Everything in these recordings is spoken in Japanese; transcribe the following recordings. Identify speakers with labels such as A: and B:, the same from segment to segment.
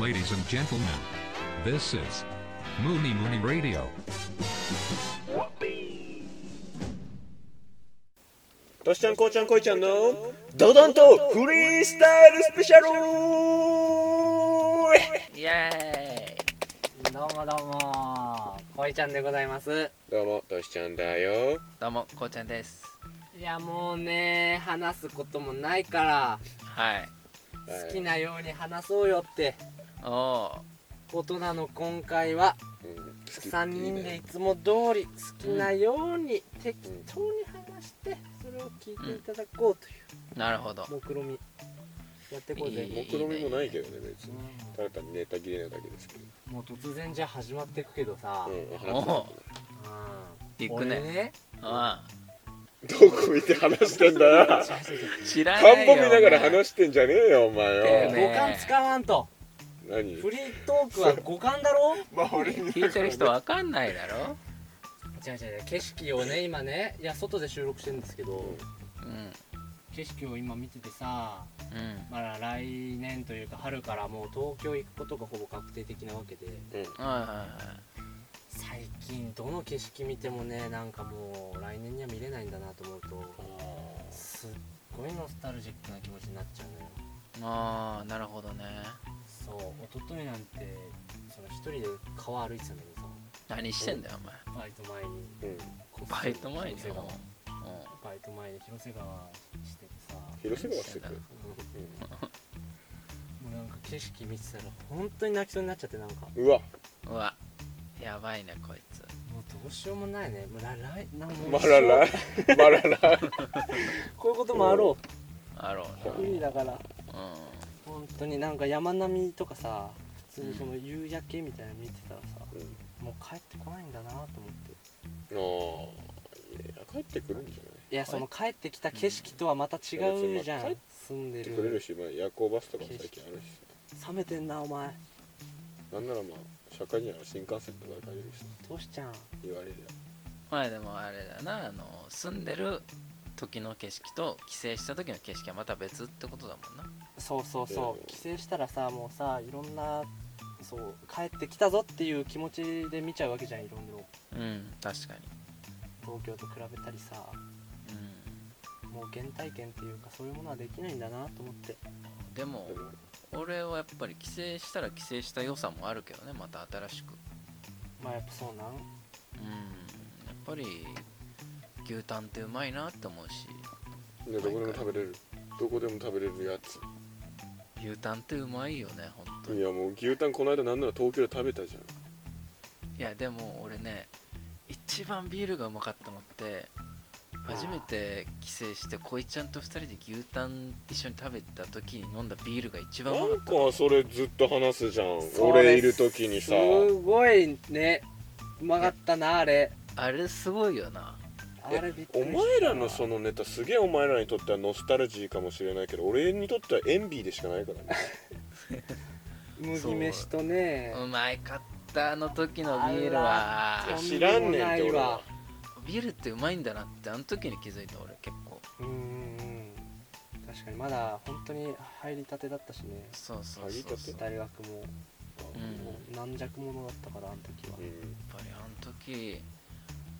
A: ladies and gentlemen. This is Mooney Mooney Radio.
B: としちゃんこうちゃんこいちゃんのドドンとフリースタイルスペシャル
C: イエーイどうもどうもこいちゃんでございます
B: どうもとしちゃんだよ
C: どうもこうちゃんです
D: いやもうね話すこともないから
C: はい
D: 好きなように話そうよって
C: おお
D: ことなの今回は3人でいつも通り好きなように適当に話してそれを聞いていただこうとい
C: ーなるほど
D: う目論みやってこう
C: い
D: ぜ
C: い
B: 目論みもないけどね別にただ単にネタ切れなだけですけ
D: もう突然じゃあ始まってくけどさ
B: ど、うん、
C: お
B: 話
C: お
D: うん
C: 行くね
D: 俺ね
C: あ
B: すどこ見て話してんだよ
C: あ知ら
B: 看
C: ないよ
B: 板見ながら話してんじゃねえよお前
C: だ
B: よ
C: よね
D: 五感使わんと
B: 何
D: フリートークは五感だろ
B: まあ俺に
C: 聞いてる人わかんないだろ
D: 違う違う違う景色をね今ねいや外で収録してるんですけど、
C: うん
D: 景色を今見ててさ
C: うん
D: まだ来年というか春からもう東京行くことがほぼ確定的なわけで
C: はいはいはい
D: 最近どの景色見てもねなんかもう来年には見れないんだなと思うとすっごいノスタルジックな気持ちになっちゃうのよ
C: ああなるほどね
D: そう一昨日なんてその一人で川歩いてたんだけどさ
C: 何してんだよお前
D: バイト前に
B: うん
D: こっそ
C: バ
D: り
C: イト前に
D: 広瀬川
C: うん
D: バイト前に広瀬川しててさ
B: 広瀬川してく
D: もうなんか景色見てたら本当に泣きそうになっちゃってなんか
B: うわ
C: うんうわやばいねこいつ
D: もうどうしようもないね。もうららいなんもう
B: マララマラ ラ
D: こういうこともあろ
C: あろう
D: う。海だから。
C: なうん
D: 本当になんか山並みとかさ、普通にその夕焼けみたいなの見てたらさ、もう帰ってこないんだなと思って。
B: あーいや帰ってくるんじゃない
D: いや、その帰ってきた景色とはまた違うじゃん。住んで
B: 来てくれる
D: る。
B: し、まあ、夜行バスとかも最近あるし
D: 冷めてんな、お前。
B: さなんならまあ社会人は新幹線とかで帰れるしさ
D: どうしちゃん。
B: 言われるよ
C: まあでもあれだなあの住んでる時の景色と帰省した時の景色はまた別ってことだもんな
D: そうそうそ
B: うん
D: う。帰省したらさ、もうさ、いろんな、そう、帰ってきたぞっていう気持ちで見ちゃうわけじゃん、いろんな
C: うん確かに
D: 東京と比べたりさ。もう原体験っていうかそういうものはできないんだなと思って
C: うんでも
B: でも
C: 俺はやっぱり帰省したら帰省した良さもあるけどねまた新しく
D: まあやっぱそうなん
C: うんやっぱり牛タンってうまいなって思うし
B: いやどこでも食べれるどこでも食べれるやつ
C: 牛タンってうまいよね本当
B: い
C: に
B: やもう牛タンこの間なんなら東京で食べたじゃ
C: いやでも俺ね一番ビールがうまかったのって初めて帰省してこいちゃんと2人で牛タン一緒に食べた時に飲んだビールが一
B: ん
C: 番う
B: な
C: まか
B: ん
C: っ
B: かそれずっと話すじゃん
D: そうです
B: 俺いる時にさ
D: すごいねうまかったなあれ
C: たあれすごいよな
D: あ
B: え
D: れびっくり
B: お
D: した
B: 前らのそのネタすげえお前らにとってはノスタルジーかもしれないけど俺にとってはエンビーでしかないからね
D: 麦飯とね
C: うまいかったあの時のビールは
D: あら
B: 知らんねんって俺は
C: ビールってうまいんだなってあの時に気づいた俺結構
D: うんうんうん確かにまだ本当に入りたてだったしね
C: そうそう
B: 鍵
C: そ
B: 立
C: う
B: て
C: そうやっ
D: 大学も
C: うん
D: もう軟弱者だったからあの時は
B: うん
C: ぱりあの時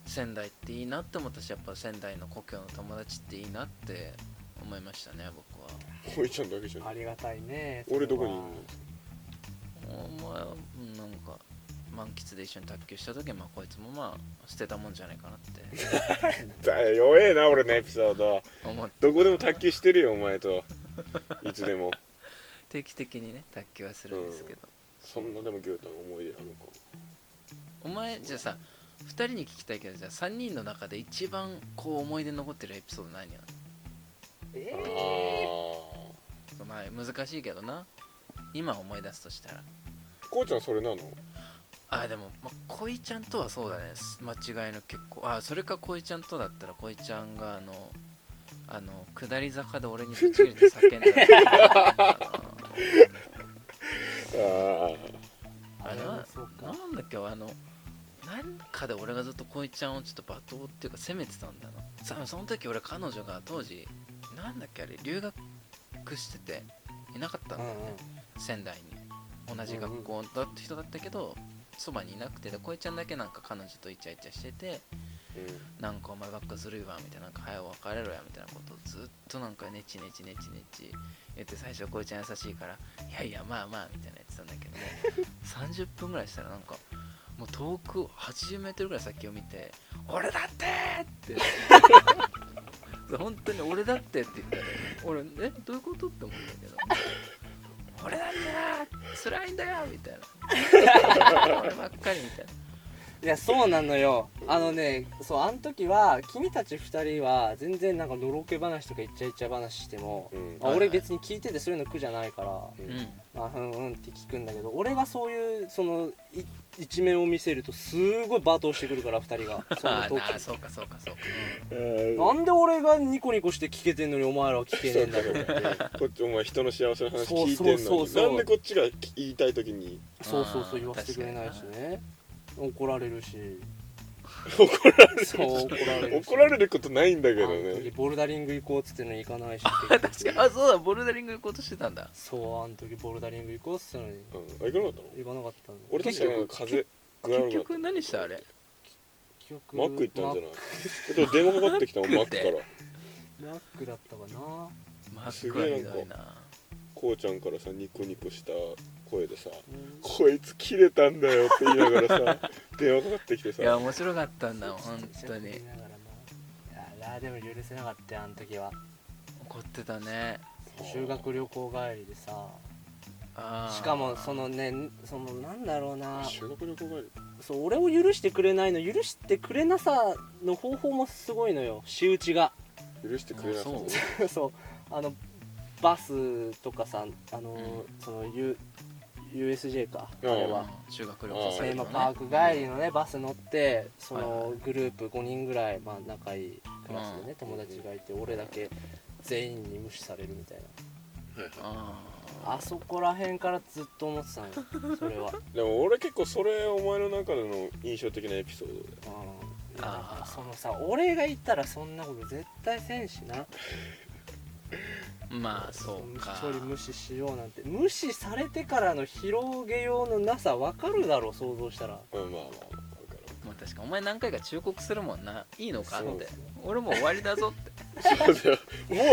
C: 仙台っていいなって思ったしやっぱ仙台の故郷の友達っていいなって思いましたね僕は
B: こいちゃんだけじゃ
D: あ
B: ん
D: りがたいね
B: 俺どこにい
D: い
B: る
C: お前はうんなんか満喫で一緒に卓球した時はまあこいつもまあ捨てたもんじゃないかなって
B: のだ弱えな俺のエピソード
C: 思って
B: どこでも卓球してるよお前といつでも
C: 定期的にね卓球はするんですけど、
B: そんなでも牛タン思い出あるか
C: お前じゃあさ2人に聞きたいけどじゃあ3人の中で一番こう思い出に残ってるエピソード何や
D: え
B: あ
C: まあ難しいけどな今思い出すとしたら
B: ーこうちゃんそれなの
C: あでも、まあ、恋ちゃんとはそうだねす間違いの結構あそれか恋ちゃんとだったら恋ちゃんがあのあの下り坂で俺にぶち切れて叫んだ
B: あ
C: あ
D: あれ
C: れは
D: はそうか
C: なんだっけあのなんかで俺がずっと恋ちゃんをちょっと罵倒っていうか責めてたんだなさその時俺彼女が当時なんだっけあれ留学してていなかった
D: うん
C: の
D: うん
C: 仙台に同じ学校だった人だったけどそばにいなくてでこいちゃんだけなんか彼女とイチャイチャしててなんかお前ばっかずるいわみたいななんか早く別れろやみたいなことをずっとなんかネチネチネチネチ言って最初こいちゃん優しいからいやいやまあまあみたいな言ってたんだけども30分ぐらいしたらなんかもう遠く80メートルぐらい先を見て「俺だって!」って本当に「俺だって」って言ったら俺「えどういうこと?」って思うんだけど「俺だってな辛いんだよ」みたいな「 俺ばっかり」みたいな。
D: いやそうなのよあのねそうあの時は君たち2人は全然なんかのろけ話とかイチャイチャ話しても、
B: うん
D: あ
C: はい
D: 俺別に聞いててそういうの苦じゃないから、
C: うん
D: まあ、うんうんって聞くんだけど俺がそういうそのい一面を見せるとすごい罵倒してくるから2人がそ
C: あ
D: の
C: ー
D: 時
C: なあそうかそうかそうか、
D: なんで俺がニコニコして聞けてんのにお前らは聞けねえんだろうっていう
B: こっちお前人の幸せの話聞いてんのに
D: そうそうそうそう
B: なんでこっちが言いたい時に
D: そうそうそう言わせてくれないしね怒られるし
B: 怒ら
D: そう怒られ
B: れ
D: る
B: る
D: し
B: 怒られることないんだけど
D: あの時
B: ね
D: ボルダリング行こうっつってんのに行かないし
C: うん、 確かにあそうだボルダリング行こうとしてたんだ
D: そうあの時ボルダリング行こうっつってんのに
B: うんあ行かなかったの
D: 行かなかったの
B: 俺確かになんか風邪具合悪くなっ
C: 結
B: た
C: 局何したあれ
D: 結局
B: マック行ったんじゃ
D: マ
B: ないでも電話かかってきたもんマ
C: マ
B: ック
C: ック
B: か
C: で
B: ら
D: マックだったかな
C: マックはひどいな
B: こうちゃんからさニコニコした声でさ
D: うん
B: 「こいつ切れたんだよ」って言いなが らさ電話かかってきて
C: いや
B: さ
C: 面白かったんだもん本当に
D: いやーでも許せなかったよあの時は
C: 怒ってたね
D: 修学旅行帰りでさ
C: あー
D: しかもそのねそのなんだろうな
B: 修学旅行帰り
D: そう俺を許してくれないの許してくれなさの方法もすごいのよ仕打ちが
B: 許してくれなかっ
C: あ
B: た
D: そうあのバスとかさあの、
C: う
D: その、U、USJ かあ
B: うん
D: れ
C: うん
D: は
C: 修学旅
B: あ
C: 行
B: ー
D: テー
C: の
D: マ
C: ね
D: パーク帰りのねバス乗ってそ
C: はい
D: の
C: はい
D: グループ5人ぐらい、まあ、仲いいクラスでね友達がいて俺だけ全員に無視されるみたいな
C: あ
D: あそこら辺からずっと思ってたのよそれは
B: でも俺結構それお前の中での印象的なエピソードで
D: うん
C: あー
D: そのさ俺がいたらそんなこと絶対せんしな
C: ーまあそうか
D: 一人無視しようなんて無視されてからの広げようのなさ分かるだろ想像したら
B: うんまあまあまあわかる
C: まあ確かにお前何回か忠告するもんないいのかっ
B: そう
C: て俺もう終わりだぞって
B: そうだよ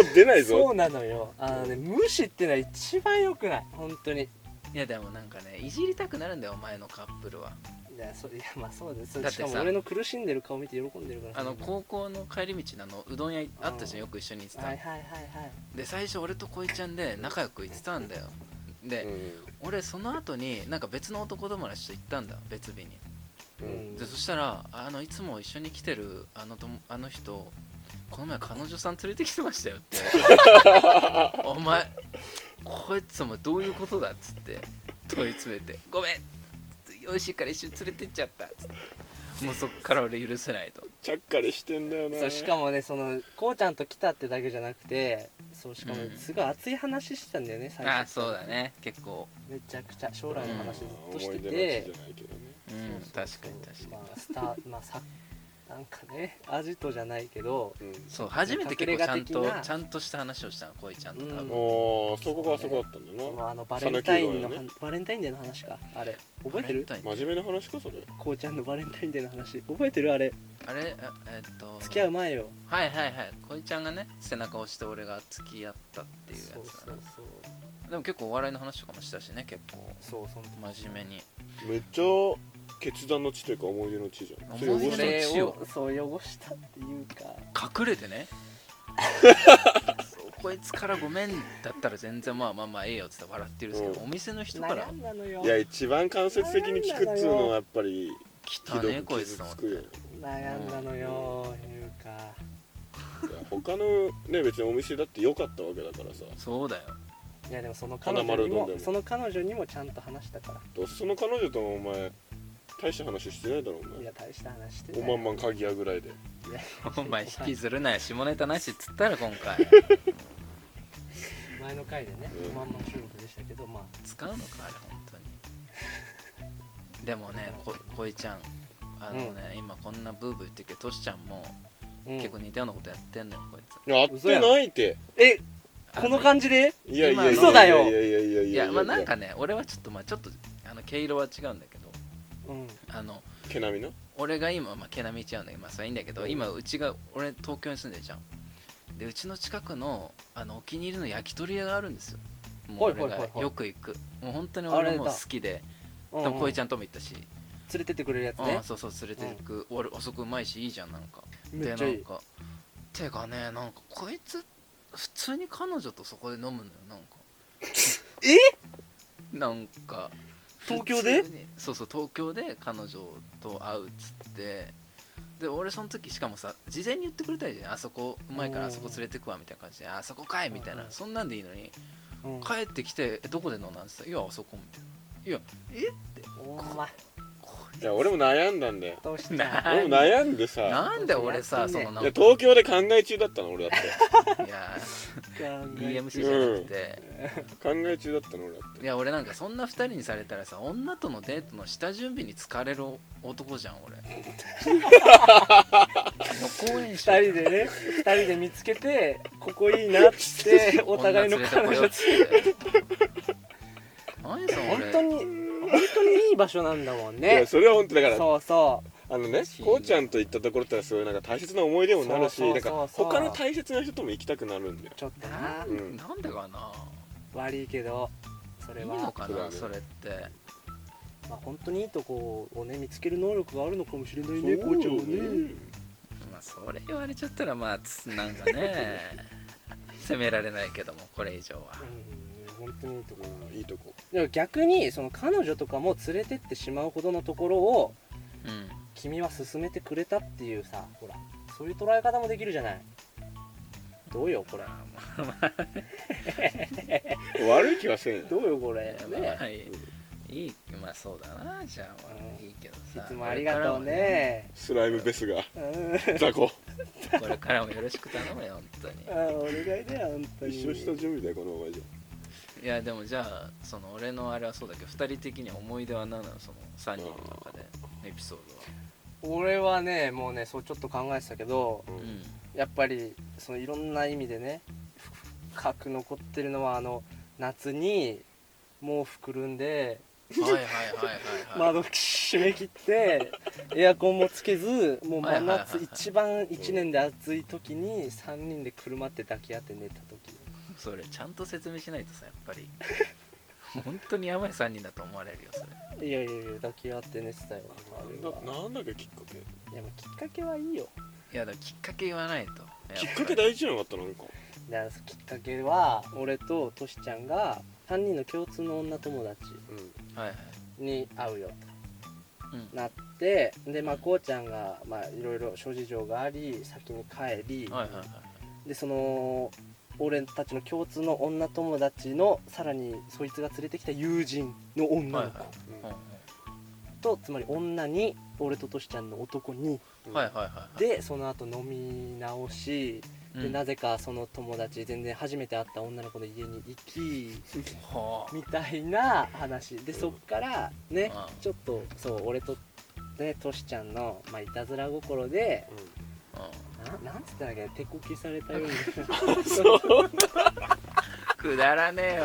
B: もう出ない
D: そ
B: ぞ
D: うなのよあのね無視ってのは一番良くない本当に
C: いやでもなんかねいじりたくなるんだよお前のカップルはい
D: やそいや まあそうです
C: だ
D: よ
C: っ
D: してか
C: さ
D: も俺の苦しんでる顔見て喜んでるから
C: あの高校の帰り道のあのうどん屋あったじゃんよく一緒に行ってた
D: はいはいはいはい
C: で最初俺とこいちゃんで仲良く行ってたんだよで、
B: うん
C: 俺その後になんか別の男友達と行ったんだ別日に
B: うん
C: でそしたらあのいつも一緒に来てるあのともあの人この前彼女さん連れてきてましたよって お前こいつお前どういうことだっつって問い詰めてごめん美味しいから一緒に連れてっちゃったっつってもうそっから俺許せないと
B: ちゃっかりしてんだよな
D: そうしかもねそのこうちゃんと来たってだけじゃなくてそうしかも
C: うん
D: すごい熱い話してたんだよね最初
C: ああそうだね結構
D: めちゃくちゃ将来の話ずっとし
B: 思
D: て
B: い出
D: て、
B: の地じゃないけどね
C: うん確かに確か
D: ま
C: に
D: あスターまあさなんかねアジトじゃないけど
B: うん
C: そう初めて結構ちゃん
D: 隠れ
C: と
D: 家的な
C: ちゃんとした話をしたのこいちゃんと多
D: うん
C: 分、
B: ああそこがあそこだったんだ
D: そ
B: な
D: のあのバレンタイン
B: 讃岐
D: の、
B: うどん屋ね
D: バレンタインデーの話かあれ覚えてる
C: バレンタイン
B: 真面目な話かそれ
D: こうちゃんのバレンタインデーの話覚えてるあれ
C: あれあえっと
D: 付き合う前よ
C: はいはいはいこいちゃんがね背中を押して俺が付き合ったっていうやつだ
D: そう
C: ね
D: そうそう
C: でも結構お笑いの話とかもしたしね結構
D: そうその
C: 真面目に
B: めっちゃ決断の地というか思い出の地じゃん
C: 思い
B: それ汚し
D: そ
C: 出の地
B: た
D: れ
C: 地を
D: をそう汚したっていうか
C: 隠れ てねそうこいつからごめんだったら全然まあまあまあええよっつって笑ってるんですけど、
B: う
C: お店の人から
D: 悩んだのよ
B: いや一番間接的に聞くっつうのはやっぱり
C: 来
B: ひ
C: た
B: どく
C: ねこい
B: 傷
C: つと思っ
B: つ
C: て
B: くよ
D: 悩んだのよいうか
B: いや他のね別にお店だって良かったわけだからさ
C: そうだよ
D: いやでもその彼女に
B: 花丸うどん
D: も
B: だよね
D: その彼女にもちゃんと話したか
B: どうせその彼女ともお前大した話してないだろお
D: らい
B: 前
D: や大した話して
B: お
D: ない
B: まんまん鍵屋ぐらいで
C: お前引きずるなよ下ネタなしっつったら今回
D: 前の回でね
B: うん
D: おまんまん収録でしたけどまあ
C: 使うのかあれ本当にでもねここいちゃんあのね、今こんなブーブー言ってるけどトシちゃんも
D: うん
C: 結構似たようなことやってんのよこいつ
B: いや会ってないって
D: えこの感じで
B: いやいやいや
C: 嘘
D: だよ
B: いやいやいやい
C: い
B: や
C: やまあなんかね俺はちょっとまあちょっとあの毛色は違うんだけど
D: うん
C: あの
B: 毛並みの
C: 俺が今、まあ、毛並み違うんだけど、まあ、それはいいんだけ
B: う
C: ど
B: ん
C: 今うちが俺東京に住んでるじゃんでうちの近くのあのお気に入りの焼き鳥屋があるんですよもう
D: はいはい
C: 俺
D: はいはい
C: がよく行くもう本当に
D: あれ
C: 俺
D: だ
C: も好きで
D: う
C: 多
D: ん
C: 分こ
D: う
C: い
D: ん
C: ちゃんとも行ったし、
D: 連れてってくれるやつ
C: うん
D: ね
C: そうそう連れて行く、俺遅くうまいしいいじゃんなんか
D: めっちゃい
C: でなん
D: い
C: かてかねなんかこいつ普通に彼女とそこで飲むのよなんかえなんか
D: 東京で
C: 普通にそうそう東京で彼女と会うっつってで俺その時しかもさ事前に言ってくれたじゃんあそこうまいからあそこ連れてくわみたいな感じであそこかいみたい
D: うん
C: な
D: うん
C: そんなんでいいのに
D: うん
C: 帰ってきてえどこで飲んだんですかいやあそこみたいないやえ
D: お前
C: こ
B: いや俺も悩んだんだよ
D: どうし
C: な
D: た
B: 俺も悩んでさ
C: なんで俺さそのないん
B: や
C: か
B: 東京で考え中だったの俺だって
C: いや
D: DM
C: EMC じゃなくて、
B: 考え中だったの俺だっ
C: いや俺なんかそんな2人にされたらさ女とのデートの下準備に疲れる男じゃん俺予行演習
D: 2人でね2人で見つけてここいいなってお互いの彼女 つ
C: 女連れてこようっつって何そ
D: 本
C: れ
D: 当に本当にいい場所なんだもん
B: ていや
D: ね
B: それは本当だから
D: そうそ
B: あのねこうちゃんと行ったところってのはすごいなんか大切な思い出もなるし
D: そうそ
B: な
D: う
B: か
D: んそうそう
B: 他の大切な人とも行きたくなるんだよ
D: うちょっと
C: な
D: なん
B: うん
C: なんでかな
D: 悪いけどそ
C: い
D: れ
C: い
D: は
C: のか
B: それは
C: な
B: ね
C: それって
D: まあ、本当にいいとこをね見つける能力があるのかもしれない
B: そう
D: ね
B: よ
D: こうちゃんはね
C: まあそれ言われちゃったらまあつなんかね責められないけどもこれ以上は
D: うん本当にいいとこ
B: まあいいとこ
D: だから逆にその彼女とかも連れてってしまうほどのところを
C: うん
D: 君は勧めてくれたっていうさほらそういう捉え方もできるじゃないどうよこ
C: ほ
D: れ
C: ら
B: 悪い気はせんよ
D: どうよこれ
C: いやまあまあ
D: ね
C: いいいいまあそうだなじゃあ、まあ
D: うん
C: いいけど
D: い
C: さ
D: つもありがとうね
B: スライムベスが
D: うん
B: 雑魚
C: これからもよろしく頼むよ本当に
D: あーお願いだよ本当に
B: 一緒した準備だよこのお前じ
C: いやでもじゃあその俺のあれはそうだけど2人的には思い出は何なのその3人の中でエピソー
D: 俺はねもうねそうちょっと考えてたけど
B: ゃん
C: ドはうん
D: やっぱりそのいろんな意味でね深く残ってるのはあの夏に毛布くるんで
C: はいはいはいはいはい
D: 窓閉め切ってエアコンもつけずもう真
C: はいはいはいは
D: 夏
C: い
D: 一番1年で暑い時に3人で車って抱き合って寝た時
C: それちゃんと説明しないとさやっぱり本当にやばい3人だと思われるよそれ
D: いやいやいや抱き合って寝てたよあれ
B: な
D: は
B: なんだっけきっかけ
D: いやまあきっかけはいいよ
C: いやだからきっかけ言わないと
B: きっかけ
C: だ
B: 大事じゃなかったのなんか
D: だからきっかけは俺とトシちゃんが3人の共通の女友達
B: うん
C: はいはい
D: に会うよと
C: うん
D: なってでまあこうちゃんがまあいろいろ諸事情があり先に帰り、
C: はいはいはい
D: でその俺たちの共通の女友達のさらにそいつが連れてきた友人の女
C: はい
D: の子
C: はい
B: うん
D: と、つまり女に俺とトシちゃんの男に
B: うん
C: はいはいはい
D: でその後飲み直し、
C: う
D: で
C: ん
D: なぜかその友達全然初めて会った女の子の家に行 き
C: は
D: みたいな話でそっからね
C: あ
D: ちょっとそう俺とねトシちゃんの、まあ、いたずら心で
C: あうん
D: ななんつったんだっけ手こきされたように
C: くだらね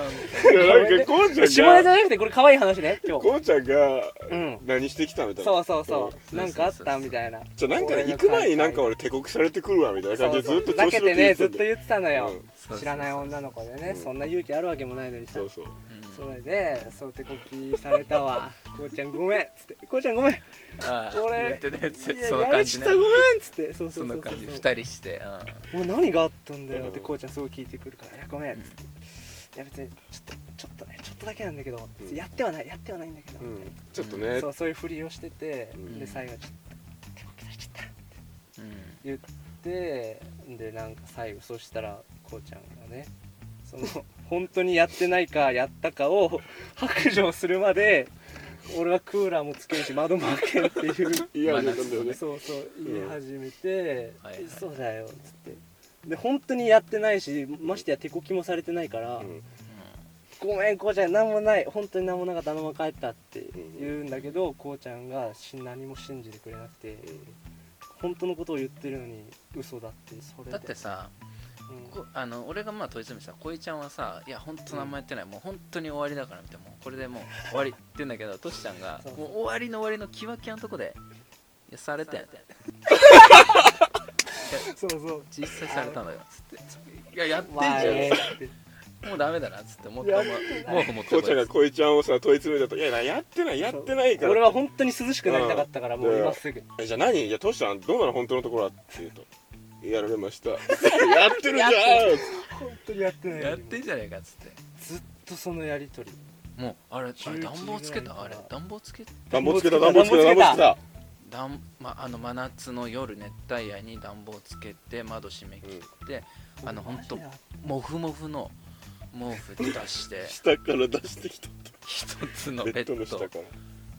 C: えよ
B: いやなんかこうちゃんが
D: 下ネタじゃなくてこれ可愛い話 ね今日
B: こうちゃんが
D: うん
B: 何してきたみたいな
D: そうそうそう
C: うん
D: なんかあっ
C: そうそうそ
D: た
C: うそう
D: みたいな
B: じゃあなんかね行く前になんか
D: 俺
B: 俺手こきされてくるわみたいな感じでずっと
D: だ
B: 調子
D: け
B: 乗
D: てね
B: って
D: ず
B: 言
D: っ
B: っ
D: と
B: て
D: 言ってたのよ
B: うん
D: 知らない女
C: の
D: の子でね
B: うん
D: そんな勇気あるわけもないのにさ
B: そうそう
D: それでそう手こきされたわこうちゃんごめんっつってこうちゃんごめんい
C: ああ
D: 俺
C: 言ってたやつ
D: や
C: その
D: や
C: 感
D: れち
C: じ
D: っ
C: ね
D: たごめんっつってそうそ
C: そう
D: そ
C: の
D: うそ
C: 感じ
D: う
C: 二人してあ
D: もう何があったんだよって
B: うん
D: こうちゃんすごい聞いてくるから「いやごめん」っつって「いや別にちょっとちょっとねちょっとだけなんだけど
B: うん
D: やってはないやってはないんだけど」
B: う
D: み
B: ん
D: たいな
B: ちょっとね
D: そうそういうふりをしてて
B: うん
D: で最後ちょっと手こきされちゃった
C: うんうん
D: 言ってでなんか最後そしたらこうちゃんがねその本当にやってないかやったかを白状するまで俺はクーラーもつけるし窓も開けるっていう。
B: いやなんだよね
D: そうそう言い始めて
C: はいは
D: 「
C: い
D: そうだよ」っつってで本当にやってないしましてや手こきもされてないから「
B: うん
D: ごめんこうちゃん何もない本当に何もなかったあのまま帰った」って言うんだけどこうちゃんがし何も信じてくれなくて本当のことを言ってるのに嘘だってそれで
C: だってさ
D: うん
C: こあの俺がまあ問い詰めてさ小井ちゃんはさ「いや本当何もやってない、もう本当に終わりだから」みたいなもうこれでもう終わりって言うんだけどトシちゃんが
D: そう
C: もう終わりの終わりのキワキワのとこで「いやされたよ」
D: そうそう
C: 実際され たのよ」つって「いややってんじ
D: わーえ
C: ゃ
D: ーって
C: んもうダメだな」つってもう一回もうもう持って
B: こうちゃんが
C: こ
B: こいちゃんをさ問い詰めたと「いやなやってないやってないから」
D: 俺は本当に涼しくなりたかったから、
B: うん
D: もう今すぐ
B: えじゃあ何じゃあトシさんどうなの本当のところはって言うと「やられま した」「やってるじゃん!」
D: 本当にやってない
C: いやってんじゃねえかっつって
D: ずっとそのやり取り
C: もうあれあれ暖房つけ
D: 11ぐらい
C: た
D: から
C: あれ暖房つけ
B: 暖房つけた暖房つけた暖房つけた
C: 暖、ま、あの真夏の夜熱帯夜に暖房つけて窓閉め切って、あの本当
D: マジ
C: モフモフの毛布出 して
B: 下から出してきた
C: 一つの
B: ベ
C: ベ
B: ッドの
C: ッ
B: 下
C: ド
B: から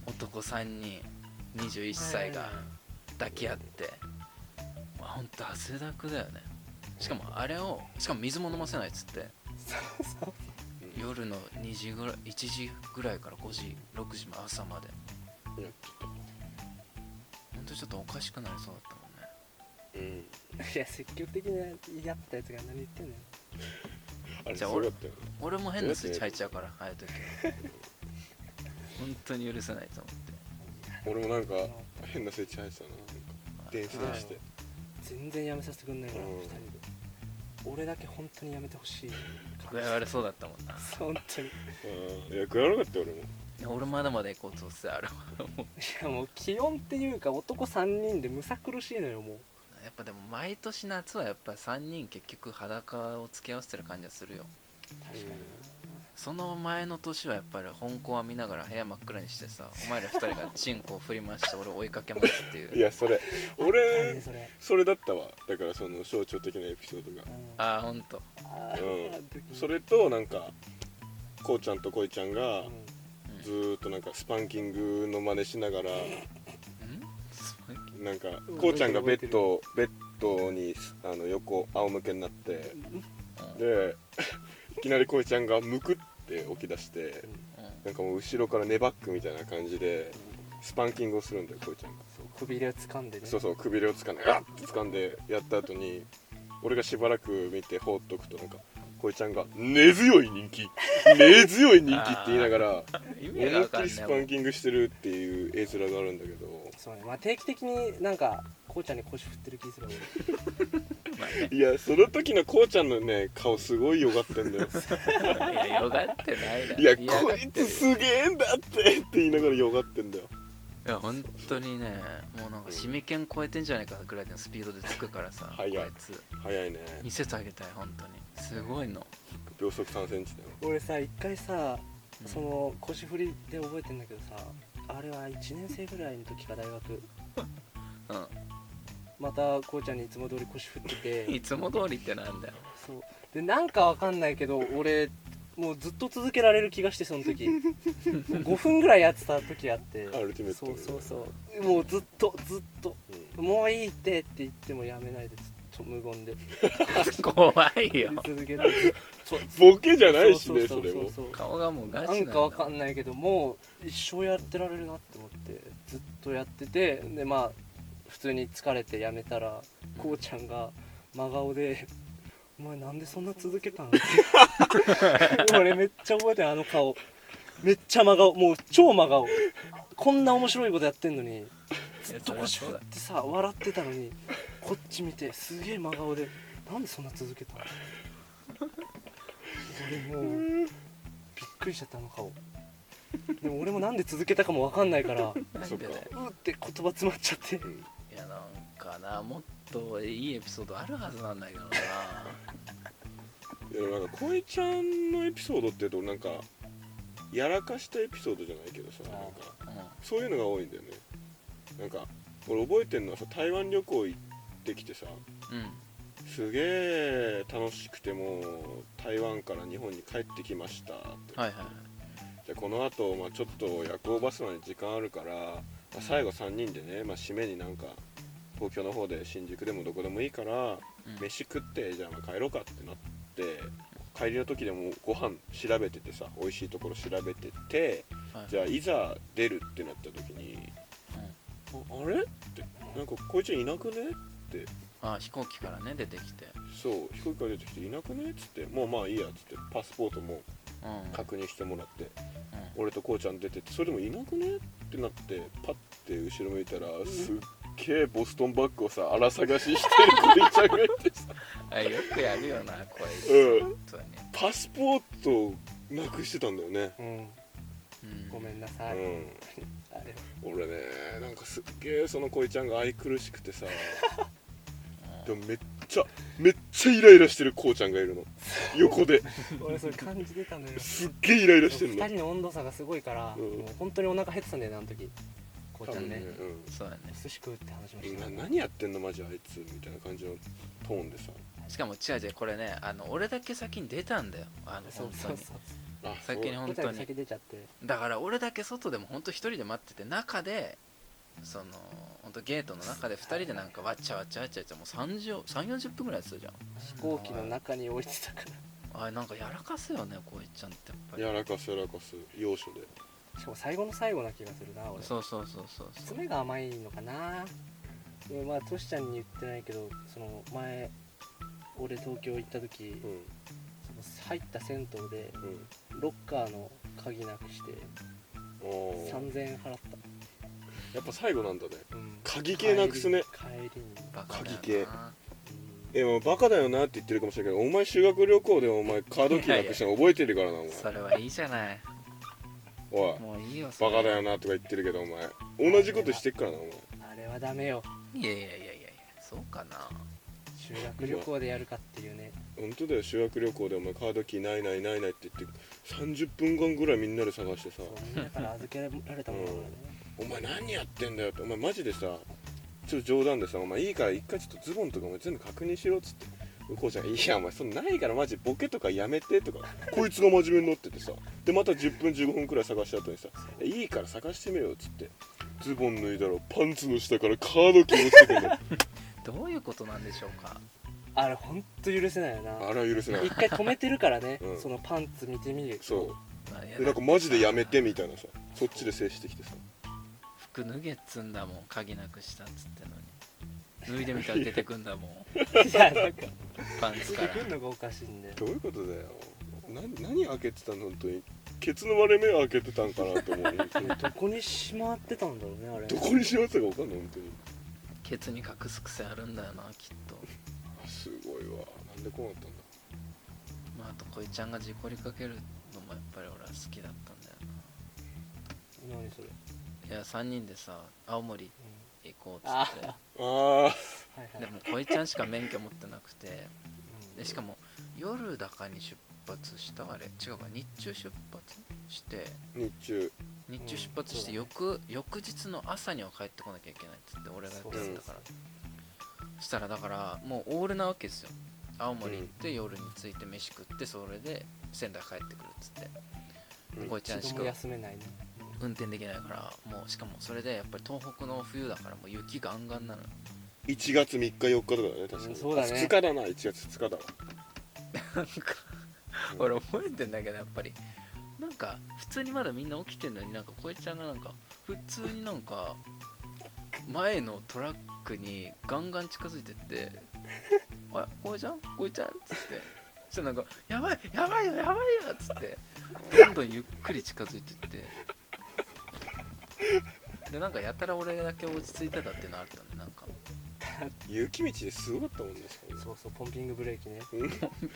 C: 男3人21歳が抱き合って、まあ、ほんと汗だくだよねしかもあれをしかも水も飲ませないっつって
D: そうそう
C: 夜の2時ぐらい1時ぐらいから5時6時まで朝まで
B: やって
C: ほんとちょっとおかしくなりそうだったもんね
B: たうん
D: いや積極的にやったやつが何言ってんのよ
B: あれ
C: じ
B: す
C: ゃあ
B: ごかったよ
C: 俺も変なスイッチ入っちゃうからああいう時は本当に許せないと思って
B: 俺もなんか変なスイッチ入ってたななんか電子電して
D: 全然やめさせてくんないから、
B: うん
D: 二人で俺だけ本当にやめてほしい
C: 具合悪そうだったもんな
D: 本当にい
B: うんいや食わなかったよ俺も
C: いや俺まだまだ行こうとしてあれはもう
D: やもう気温っていうか男3人でむさ苦しいのよもう
C: やっぱでも毎年夏はやっぱ3人結局裸を付き合わせてる感じがするよ
D: 確かに、
C: その前の年はやっぱり香港は見ながら部屋真っ暗にしてさお前ら2人がチンコを振り回して俺を追いかけますってい
B: いうや それ
D: あ
B: 俺
D: ねそれ、
B: それだったわだからその象徴的なエピソードが
D: うん
C: ああほんと
D: あー
B: うん
D: 時に
B: それとなんかこうちゃんとこいちゃん
D: う
B: が
D: ん
B: ずーっとなんかスパンキングの真似しながら
C: んすごい
B: なんか
D: うん
B: こうちゃんがベッドベッドにあの横仰向けになって
C: うん
B: で いきなりこうちゃんがむくって起き出して
C: うん
B: なんかもう後ろからネバックみたいな感じでスパンキングをするんだよこうちゃんが
D: そうくびれを掴んでね
B: そうそうくびれをつかんでガッて掴んでやった後に俺がしばらく見て放っとくとなんかこいちゃんが「根強い人気根強い人気」って言いながら
C: 意
B: 思
C: 味が
B: い
C: わ
B: っき
C: かん
B: り
C: ね
B: スパ
C: え
B: ンキングしてるっていう絵面があるんだけど
D: そうねまあ定期的になんかこうちゃんに腰振ってる気する俺
B: いやその時のこうちゃんのね顔すごいよがってんだ よ
C: いやよがってないだろ
B: いや、
C: 嫌
B: こ
C: がっ
B: いつ
C: てる
B: すげえんだってって言いながらよがってんだよ。
C: いや本当にねもうなんかシミケン超えてんじゃないかぐらいのスピードでつくからさこ
B: 早
C: い
B: い
C: つ
B: 早いね。
C: 見せてあげたい本当にすごいの
B: 秒速3センチだよ。
D: 俺さ一回さ
C: うん
D: その腰振りで覚えてんだけどさあれは1年生ぐらいの時か大学
C: う
D: またこうちゃんにいつも通り腰振ってて
C: んいつも通りってなんだよ
D: そうでなんかわかんないけど俺もうずっと続けられる気がしてその時5分ぐらいやってた時あって
B: アルティメット
D: そうそうそうもうずっとずっともういいってって言ってもやめないでずっと無言で
C: 怖いよ
D: 続けられ るそう
B: ボケじゃないしね、それも。
D: そう
C: 顔がもうガチ
D: な
C: なん
D: ん
C: だ
D: かわかんないけどもう一生やってられるなって思ってずっとやっててでまあ普通に疲れてやめたらこうちゃんが真顔で「お前なんでそんな続け たの?」って俺めっちゃ覚えてるあの顔めっちゃ真顔もう超真顔こんな面白いことやってんのにずっと腰振ってさ笑ってたのにこっち見てすげえ真顔で「なんでそんな続けたの?」俺もうびっくりしちゃったあの顔でも俺もなんで続けたかもわかんないからう
C: なんでだよ
D: ーって言葉詰まっちゃって
C: いやなんかなもっといいエピソードあるはずなんだけどな
B: いや、なんか、こいちゃんのエピソードって言うと、なんか、やらかしたエピソードじゃないけどさ、なんか、そういうのが多いんだよね。なんか、俺覚えてんのはさ、台湾旅行行ってきてさ、
C: うんうん
B: すげえ楽しくてもう台湾から日本に帰ってきましたって
C: はいはいはい
B: じゃあこの後、まあちょっと夜行バスまで時間あるから、まあ最後3人でね、まあ、締めになんか東京の方で新宿でもどこでもいいから
C: うん
B: 飯食ってじゃあまあ帰ろうかってなって帰りの時でもご飯調べててさ美味しいところ調べてて
C: はい
B: じゃあいざ出るってなった時に「ああれ?」って「なんかこいついなくね?」って
C: あ飛行機からね出てきて
B: そう飛行機から出てきていなくねっつってもうまあいいやっつってパスポートも
C: うんうん
B: 確認してもらって俺とこうちゃん出てってそれでもいなくねってなってパッて後ろ向いたらすっげえボストンバッグをさ荒探ししてるこいちゃんがいてさ
C: あよくやるよなこ
B: うん
C: れ本当に
B: パスポートをなくしてたんだよね
D: うん、
C: うん
D: ごめんな
B: う
D: さい、
B: ん
D: あれ
B: 俺ねなんかすっげえそのこいちゃんが愛くるしく てさでもめっちゃめっちゃイライラしてるこうちゃんがいるの横で
D: 俺それ感じてたのよ
B: すっげえイライラして
D: 二
B: んの
D: 人の温度差がすごいから、
B: うん
D: もう本当にお腹減ってたんだよねあの時こうちゃんね、
B: 多分うん
C: そうだね
D: 寿司食うって話もし
B: な
D: た
B: 何やってんのマジあいつみたいな感じのトーンでさ
C: しかも違う違うこれねあの俺だけ先に出たんだよあの
D: そう
C: 本
D: そ
C: 当
D: う
C: に
D: そう
B: あ
C: 先
B: そう
C: に本
D: こち
C: 当
D: ゃん
C: に
D: 先出ちゃって
C: だから俺だけ外でも本当一人で待ってて中でその本当ゲートの中で2人でなんかわっちゃわっちゃわっちゃわっちゃもう3 4 0分ぐらいやってたじゃん
D: 飛行機の中に置いてたから
C: あれなんかやらかすよねこういっちゃんってやっぱり
B: やらかすやらかす要所で
D: しかも最後の最後な気がするな俺
C: そうそうそうそうそう
D: 爪が甘いのかなでまあトシちゃんに言ってないけどその前俺東京行った時、
B: うん
D: その入った銭湯で
B: うん
D: ロッカーの鍵なくして
B: おー
D: 3000円払っ
B: やっぱ最後なんだね
D: た、うん
B: 鍵系なくすね
D: 帰りに帰りに
C: バカだ
B: 鍵
C: よ
B: 系
C: な
B: えもうバカだよなって言ってるかもしれないけどお前修学旅行でお前カードキーなくしたの覚えてるからなお前
C: それはいいじゃない
B: おい
C: もういいよそ
B: バ
C: れ
B: カだよなとか言ってるけどお前同じことしてっからなお前
D: うんあれはダメよ
C: いやいやいやいやいやそうかな
D: 修学旅行でやるかっていうね
B: 本当だよ修学旅行でお前カードキーないないないないって言って30分間ぐらいみんなで探してさ
D: そうみんなから預けられたものだからね
B: お前何やってんだよってお前マジでさちょっと冗談でさお前いいから一回ちょっとズボンとかお前全部確認しろっつって向こうちゃんがいやお前そんなないからマジボケとかやめてとかこいつが真面目になっててさでまた10分15分くらい探した後にさいやいいから探してみろよっつってズボン脱いだらパンツの下からカードキー落ちてくるの
C: どういうことなんでしょうか
D: あれほんと許せないよ な
B: あれは許せない
D: 一回止めてるからね、
B: うん
D: そのパンツ見てみる
B: そ
C: まあいうや
B: でなんかマジでやめてみたいなさそっちで制してきてさ
C: 服脱げっつんだもん鍵なくしたっつってのに脱いでみたら出てくんだもん
D: いやなんか
C: パン
D: つ
C: ツ
D: いて
C: から
D: くんのがおかしいんだよ
B: どういうことだよな何開けてたの本当にケツの割れ目開けてたんかなと思う本当に
D: どこにしまってたんだろうねあれ
B: どこにしまってたか分かんない本当に
C: ケツに隠す癖あるんだよなきっと
B: あすごいわなんでこうなったんだ
C: まああとこいちゃんが事故りかけるのもやっぱり俺は好きだったんだよ
D: 何それ、
C: ないや3人でさ青森
D: う
C: 行こうっつって
B: ああ
D: ん、はいはい
C: でもこいちゃんしか免許持ってなくて
D: う
C: で
D: ん
C: しかも夜だかに出発したあれ違うか日中出発して
B: 日中
C: 日中出発して
D: うん
C: 翌,、翌日の朝には帰ってこなきゃいけないっつって俺がやってたからそしたらだからもうオールなわけですよ青森行って夜に着いて飯食ってそれで仙台帰ってくるっつって、
B: うん
C: こいちゃんし
D: 一度
C: か
D: も休めないね
C: 運転できないからもうしかもそれでやっぱり東北の冬だからもう雪ガンガンなの
B: 1月3日4日とかだね確か
D: う
B: に
D: んそうだね
B: 2日だな1月2日だわ
C: なんか
B: うん
C: 俺覚えてんだけどやっぱりなんか普通にまだみんな起きてんのになんかこいちゃんがなんか普通になんか前のトラックにガンガン近づいてって「あこいちゃんこいちゃん」っつってそしたらなんか「やばいやばいよやばいよ」っつってどんどんゆっくり近づいてってでなんかやたら俺だけ落ち着いてたっていうのあったんでなんか
B: 雪道ですごかったもんねしかもね
D: そうそうポンピングブレーキね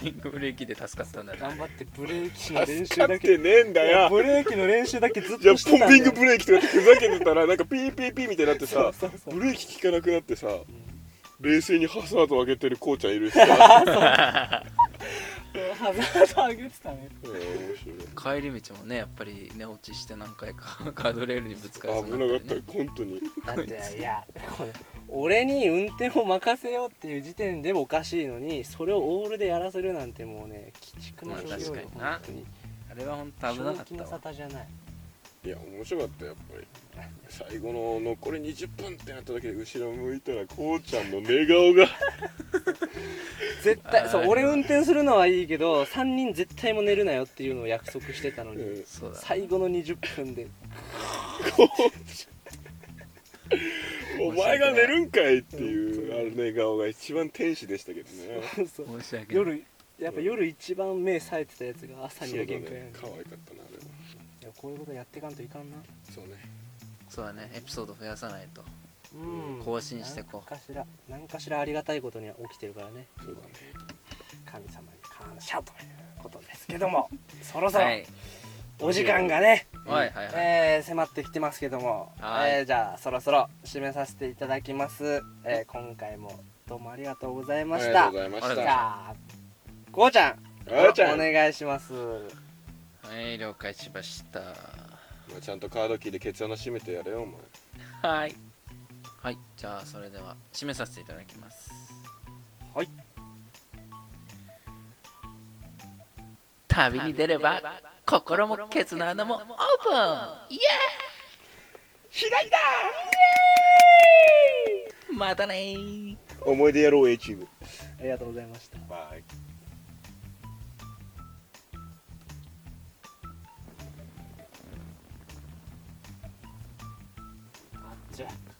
C: ピンクブレーキで助かったんだな
D: 頑張ってブレーキの練習
B: 助か
D: だ
B: っ
D: け
B: てねえんだ
D: いや
B: よ
D: ブレーキの練習だけずっ
B: じゃ
D: と
B: あ
D: して
B: ポ
D: た
B: ン
D: んだ
B: ピ
D: よ
B: ングブレーキとかってふざけてたらなんかピーピーピーみたいになってさ
D: そうそうそう
B: ブレーキ効かなくなってさ
D: うん
B: 冷静にハザード上げてるこうちゃんいるし さ
D: ハザード上げてたね
B: うん面白い
C: 帰り道もねやっぱり寝落ちして何回か ガードレールにぶつかりそう
B: 危
C: にな
B: な
C: っ
B: か
C: た
B: っ
C: りね
B: た本当に
D: だっていやこれ俺に運転を任せようっていう時点でもおかしいのにそれをオールでやらせるなんてもうね鬼畜の所業よ
C: まあ
D: 本
C: 確
D: 当
C: か
D: に
C: あれは本当危なか
D: 正気の
C: った
D: 沙汰
C: わ
D: じゃない
B: いや面白かったやっぱり最後の残り20分ってなっただけで後ろ向いたらこうちゃんの寝顔が
D: 絶対そ
C: あ
D: う
C: ー
D: 俺運転するのはいいけど3人絶対も寝るなよっていうのを約束してたの
B: う
D: に
B: ん
C: そうだ
D: 最後の20分で
B: お前が寝るんかいっていうあのね顔が一番天使でしたけどね
D: そう
C: 申し訳ない
D: 夜やっぱ夜一番目冴えてたやつが朝には限界やん、
B: 可愛かったなあれはい
D: やこういうことやっていかんといかんな
B: そうね
C: そうだねエピソード増やさないと
D: うん
C: 更新してこう
D: 何かしら何かしらありがたいことには起きてるからね
B: そうだね
D: 神様に感謝ということですけどもそろそろ
C: はい
D: お時間がね、
C: はいはいはい
D: えー迫ってきてますけども、
C: はい
D: えーじゃあそろそろ締めさせていただきます、えー今回もどうもありがとうございまし
B: あ
D: た
B: りがとうございま
C: ありがとう
B: し
C: ござい
D: じ
C: ま
B: た
D: ゃあこうちゃん
B: あーちゃ
D: お
B: ん、ま
D: 願いします
C: はい了解しました
B: あ、ちゃんとカードキーでケツ穴閉めてやれよお前
C: はいはいじゃあそれでは締めさせていただきます
D: はい
C: 旅に出れば心もケツの穴もオープンイエ
B: 開いた
C: ーイまたねー
B: 思い出やろう A チーム
D: ありがとうございました
B: バイ
D: じゃあ